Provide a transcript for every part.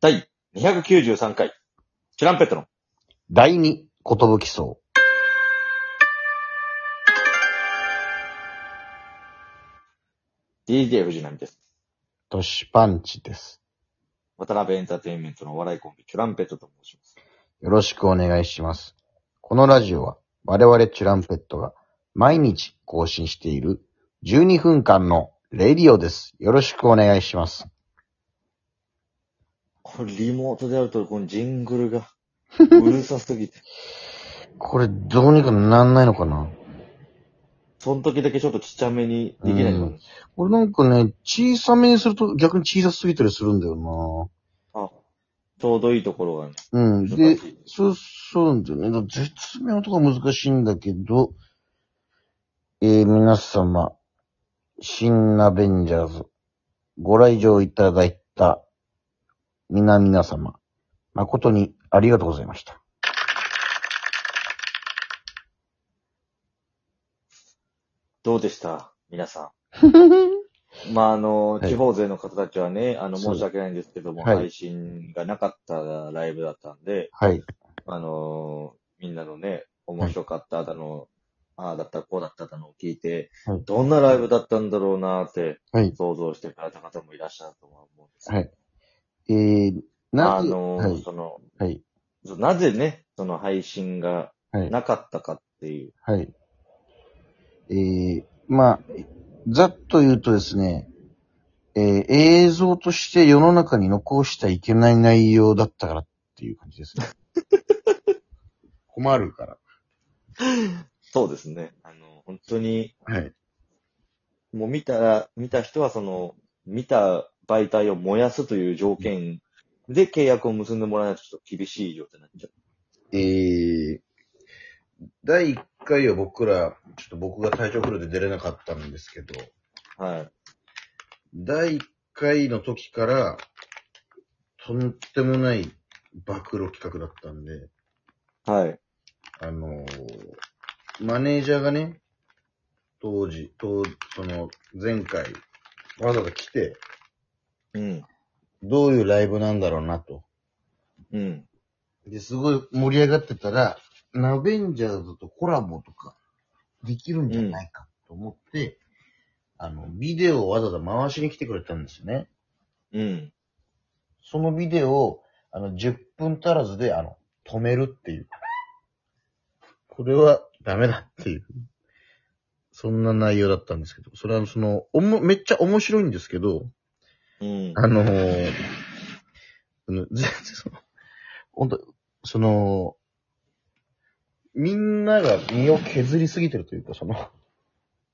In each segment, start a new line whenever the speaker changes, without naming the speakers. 第293回、チュランペットの、
第二、ことぶきそう。
DJ 藤波です。
トシパンチです。
渡辺エンターテインメントのお笑いコンビ、チュランペットと申します。
よろしくお願いします。このラジオは、我々チュランペットが毎日更新している12分間のレディオです。よろしくお願いします。
これリモートでやると、このジングルが、うるさすぎて、
これ、どうにかなんないのかな
その時だけちょっとちっちゃめにできないのか
これなんかね、小さめにすると逆に小さすぎたりするんだよ
な、あ、ちょうどいいところがね、
なうん。
難
で
し、い。
そう、そうなんだよね。だから絶妙とか難しいんだけど、えー、皆様、新アベンジャーズ、ご来場いただいた、皆々様、誠にありがとうござい ました。
どうでした皆さん。まあ、あの、
はい
地方勢の方たちはね、あの、
そう
申し訳ないんですけども、
はい
配信がなかったライブだったんで、
はい。
あのーみんなのね、面白かっただの、ああだった、こうだっただのを聞いて、
はい
どんなライブだったんだろうなーって
はい。
想像してくれた方もいらっしゃるとは思うんです
はい。えー、な
あ
ぜ、
のー
はい。
その、
はい。
なぜね、その配信が
はい。
なかったかっていう。
はい。えー、まあ、ざっと言うとですね、えー映像として世の中に残しちゃいけない内容だったからっていう感じですね。困るから。
そうですね。あの、本当に、
はい。
もう見たら、見た人はその、見た媒体を燃やすという条件で契約を結んでもらわないとちょっと厳しい状態になっちゃう。
えー、第1回は僕ら、ちょっと僕が体調不良で出れなかったんですけど、
はい。
第1回の時から、とんでもない暴露企画だったんで、
はい。
あのーマネージャーがね、当時、当、その、前回、わざわざ来て、
うん。
どういうライブなんだろうなと。
うん。
で、すごい盛り上がってたら、ナベンジャーズとコラボとか、できるんじゃないかと思って、あの、ビデオをわざわざ回しに来てくれたんですよね。
うん。
そのビデオを、あの、10分足らずで、あの、止めるっていう。これはダメだっていう。そんな内容だったんですけど、それはその、おも、めっちゃ面白いんですけど、
うん。
あのー、あの全然その、本当その、みんなが身を削りすぎてるというか、その、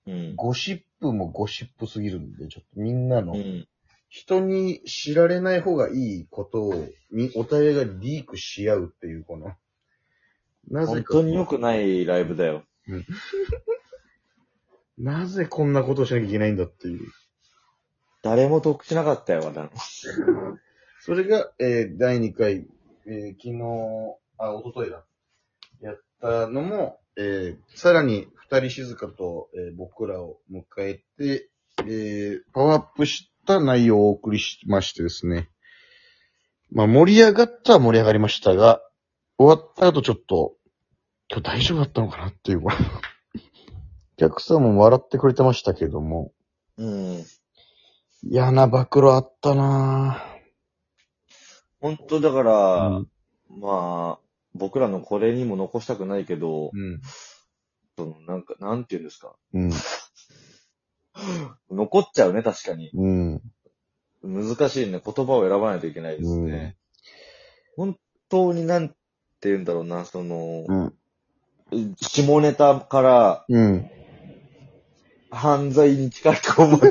うん。
ゴシップもゴシップすぎるんで、ちょっとみんなの、
うん。
人に知られない方がいいことを、に、お互いがリークし合うっていう、この、なぜ
本
か
当、に良くないライブだよ。
なぜこんなことをしなきゃいけないんだっていう。
誰も得しなかったよ、まだ。
それが、えー第2回、えー昨日、あ、おとといだ。やったのも、えーさらに二人静かと、えー僕らを迎えて、えーパワーアップした内容をお送りしましてですね。まあ、盛り上がったは盛り上がりましたが、終わった後ちょっと、今日大丈夫だったのかなっていう。 お客さんも笑ってくれてましたけども、
うん。
嫌な暴露あったなぁ。
本当だから、
うん
まあ、僕らのこれにも残したくないけど、
うん。
その、なんか、なんていうんですか。
うん。
残っちゃうね、確かに。
うん。
難しいね。言葉を選ばないといけないですね。本当になんて言うんだろうな、その、
うん。
下ネタから
うん。
犯罪に近いと こまで。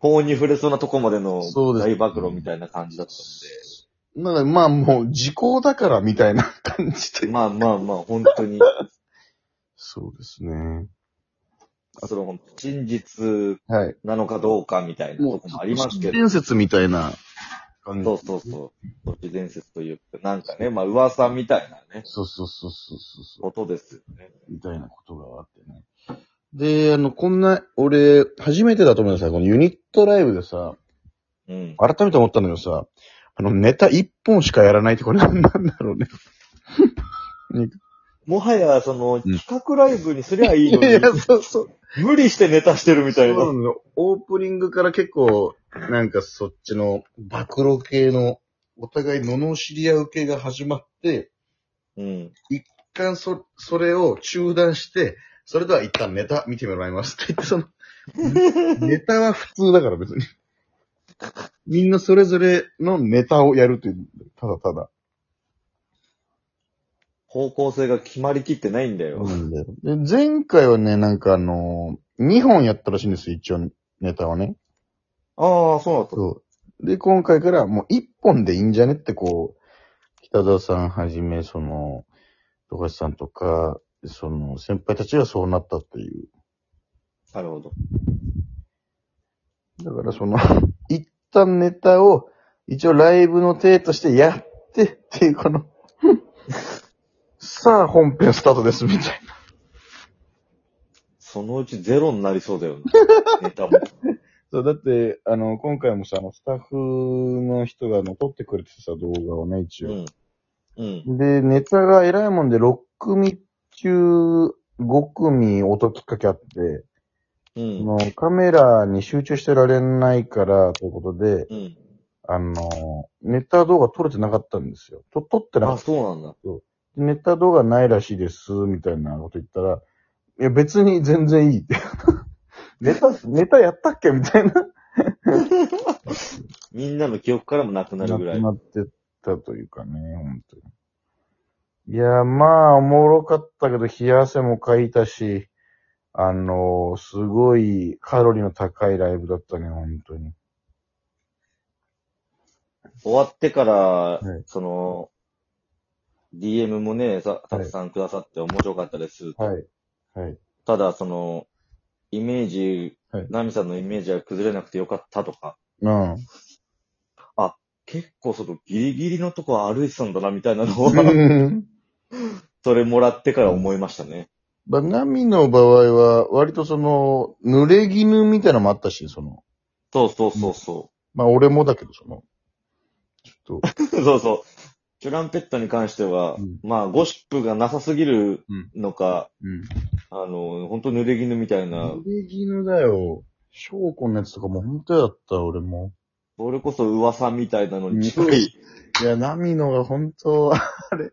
法に触れそうなとこまでの
そうです
大暴露みたいな感じだったんで。
なんかまあもう時効だからみたいな感じで。
まあまあまあ、本当 に、
そうですね。
その、真実
はい。
なのかどうかみたいなとこもありますけど、
伝説みたいな感
そうそうそう、都市伝説というか、なんかね、まあ噂みたいなね、
そうそうそうそうそうそう。
ことですよね。
みたいなことがあってね。で、あの、こんな、俺、初めてだと思うんですよ。このユニットライブでさ、
うん。
改めて思ったんだけどさ、あの、ネタ一本しかやらないってこれなんだろうね。
もはや、その、
ん
企画ライブにすりゃいいのに、
そうそう。
無理してネタしてるみたい
そう
な。
なんだよオープニングから結構、なんかそっちの、暴露系の、お互い罵り合う系が始まって、
うん。
一旦そ、それを中断して、それでは一旦ネタ見てもらいます って言って、その、ネタは普通だから別に。みんなそれぞれのネタをやるという、ただただ。
方向性が決まりきってないんだよ。
で前回はね、なんかあの2本やったらしいんですよ、一応ネタはね。
ああ、そうだった。
そう。で、今回からもう1本でいいんじゃねってこう、北田さんはじめ、その、富樫さんとか、その、先輩たちがそうなったという。
なるほど。
だからその、 一旦ネタを、一応ライブの体としてやってっていうこの、 さあ本編スタートですみたい
そのうちゼロになりそう だよな。ネタも。
な。そう、だって、あの、今回もさ、あの、スタッフの人が残ってくれてさ、動画をね、一
う
応。
ん。うん。
で、ネタが偉いもんで6組中5組音きっかけあって、
う
そ
ん。
のカメラに集中してられないからということで、
うん。
あの、ネタ動画撮れてなかったんですよ。と撮ってなかった
あ、そうなんだ。
ネタ動画ないらしいです、みたいなこと言ったら、いや別に全然い いって。ネタ、ネタやったっけみたいな。
みんなの記憶からもなくなるぐらい。
なくなってたというかね、本当に。いや、まあ、おもろかったけど、冷や汗もかいたし、あのすごいカロリーの高いライブだったね、本当に。
終わってから、
い
その、DM もね、さ、たくさんくださって面白かったです。
はい。はい。
ただ、その、イメージ
はい、
ナミさんのイメージは崩れなくてよかったとか、
うん。
結構そのギリギリのとこ歩いてたんだな、みたいなのを、 それもらってから思いましたね。
バナミの場合は、割とその、濡れ衣みたいなのもあったし、その、
そうそうそうそ
まあ俺もだけど、その、ちょっと、
う。そうそう。トランペットに関しては、
うん
まあ、ゴシップがなさすぎるのか、
うん。
あの、本当濡れ衣みたいな、
濡れ衣だよ。証拠のやつとかも本当だった、俺も。
それこそ噂みたいなのに近い。
いや、ナミのが本当、 あれ。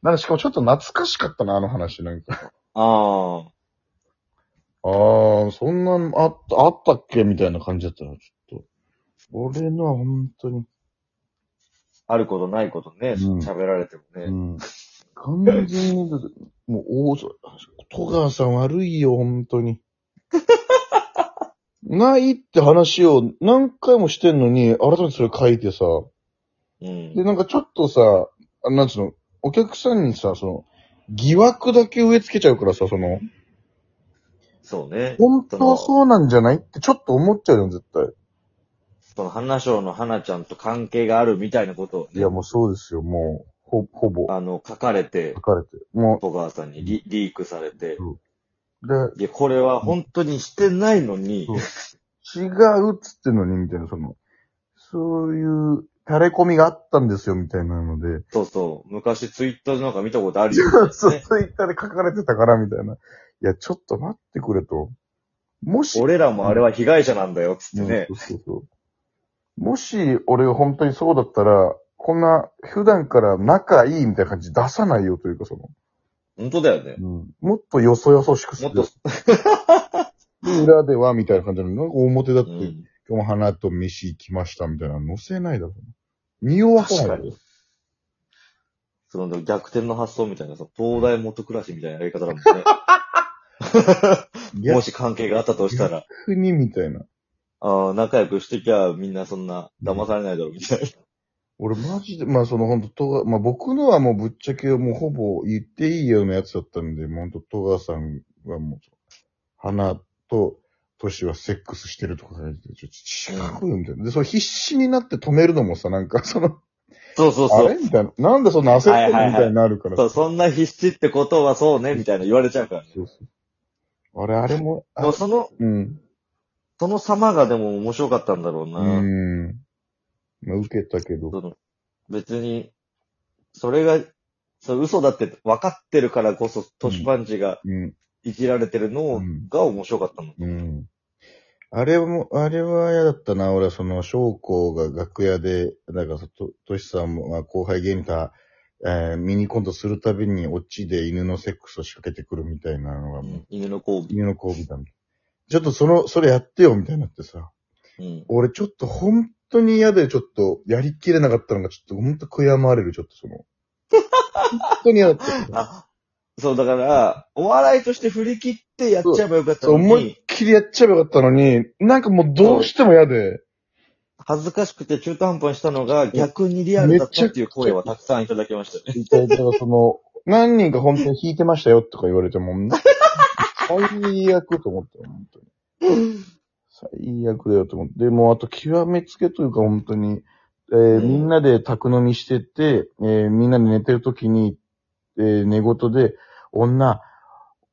なんかしかもちょっと懐かしかったな、あの話、なんか。
ああ。
あー、そんなんあった、あったっけみたいな感じだったな、ちょっと。俺のは本当に。
あることないことね、
うん
喋られても
う
ね。
ん。完全に、もう大そ、戸川さん悪いよ、本当 に。ないって話を何回もしてんのに、改めてそれ書いてさ、
うん。
で、なんかちょっとさ、あなんつうの、お客さんにさ、その、疑惑だけ植え付けちゃうからさ、その、
そうね。
本当はそうなんじゃないってちょっと思っちゃうよ、絶対。
その花賞の花ちゃんと関係があるみたいなことを
い
ね、
や、もうそうですよ、もう、ほ、ほぼ、
あの、書かれて
書、かれて。も
戸川さんにリリークされて、
う、で、
いや、これは本当にしてないのに、
そう違うっつってんのに、みたいな、その、そういう、垂れ込みがあったんですよ、みたいなので。
そうそう、昔ツイッターなんか見たことあるよ、
そう、ツイ
ね
ッターで書かれてたから、みたいな。いや、ちょっと待ってくれと。もし、
俺らもあれは被害者なんだよ、つってね
う。んそうそうそうもし、俺が本当にそうだったら、こんな、普段から仲いいみたいな感じ出さないよというか、その、
本当だよね。
もっとよそよそしくす
も
る
っ。と、
で裏では、みたいな感じなの。なんか表だって、
うん、
今日も花と飯行きました、みたいなの載せないだろう。匂わせないよ。
その逆転の発想みたいな、その東大元暮らしみたいなやり 方だもんね。 もし関係があったとしたら。
逆に、みたいな。
ああ、仲良くしてきゃみんなそんな騙されないだろうみたいな。
俺マジで、まあその本当と、まあ僕のはもうぶっちゃけもうほぼ言っていいようなやつだったんで、もう本当戸川さんはもう、花と、トシはセックスしてるとか書いてて、ちょっと違うよみたいな。で、それ必死になって止めるのもさ、なんかその、
そうそう
あ
そ
れ
う。
みたいな。なんでそんな焦ってんの
はいはいはい
みたいになるから。
そうそんな必死ってことはそうね、みたいな言われちゃうからね。
そうそうあれ、あれも、
でも
あ
その、
うん。
その様がでも面白かったんだろう
う
な。
ん。まあ、受けたけど。
その別に、それが、その嘘だって分かってるからこそ、トシパンチが
うん。
いじられてるのを、
うん
が面白かったの。
うん。あれも、あれは嫌だったな。俺はその、将校が楽屋で、なんかそ、と、としさんも、まあ、後輩芸人た、えーミニコントするたびに、オチで犬のセックスを仕掛けてくるみたいなのが、
う
もうん
犬の交尾。
犬の子みたいな。ちょっとその、それやってよ、みたいになってさ。
うん。
俺ちょっと本当に嫌で、ちょっと、やりきれなかったのが、ちょっと本当悔やまれる、ちょっとその。 本当に嫌だった。
あ、そう、だから、お笑いとして振り切ってやっちゃえばよかった
そう
の
思いっ
に、
きりやっちゃえばよかったのに、なんかもうどうしても嫌で。
恥ずかしくて中途半端にしたのが逆にリアルだったっていう声はたくさんいただきましたね。
いやだからその、何人か本当に弾いてましたよとか言われても、最悪と思ったよ、本当に。最悪だよと思って。で、もうあと極めつけというか本当に、えー
うん
みんなで宅飲みしてて、えーみんなで寝てる時に、えー寝言で、女、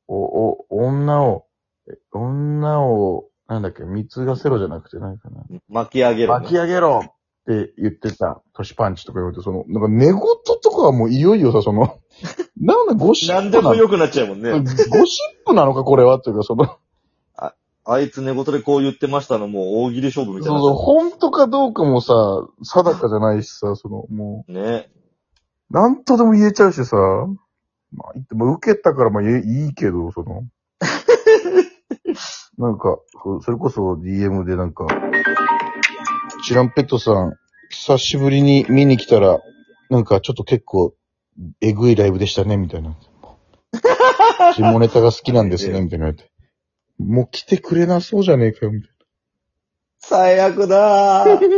お、お、女を、え女を、なんだっけ、貢がせろじゃなくて何かな。
巻き上げる、
巻き上げろって言ってた、トシパンチとか言われて、その、なんか寝言とかはもういよいよさ、その、なんだ、ゴシッ
何
プ
で
な
も
の
良くなっちゃうもんね。
ゴシップなのか、これはというか、そ の、そう
あいつ寝言でこう言ってましたのもう大喜利勝負みたいな。
そう、本当かどうかもさ、定かじゃないしさ、その、も
ね。
う、なんとでも言えちゃうしさ、まあ、言っても受けたからまあ言えいいけど、そ の、なんか、そうそれこそ DM でなんか、チランペットさん、久しぶりに見に来たら、なんかちょっと結構、えぐいライブでしたね、みたい な。下ネタが好きなんですね、みたいな言われて。もう来てくれなそうじゃねえかよ、みたいな。
最悪だー。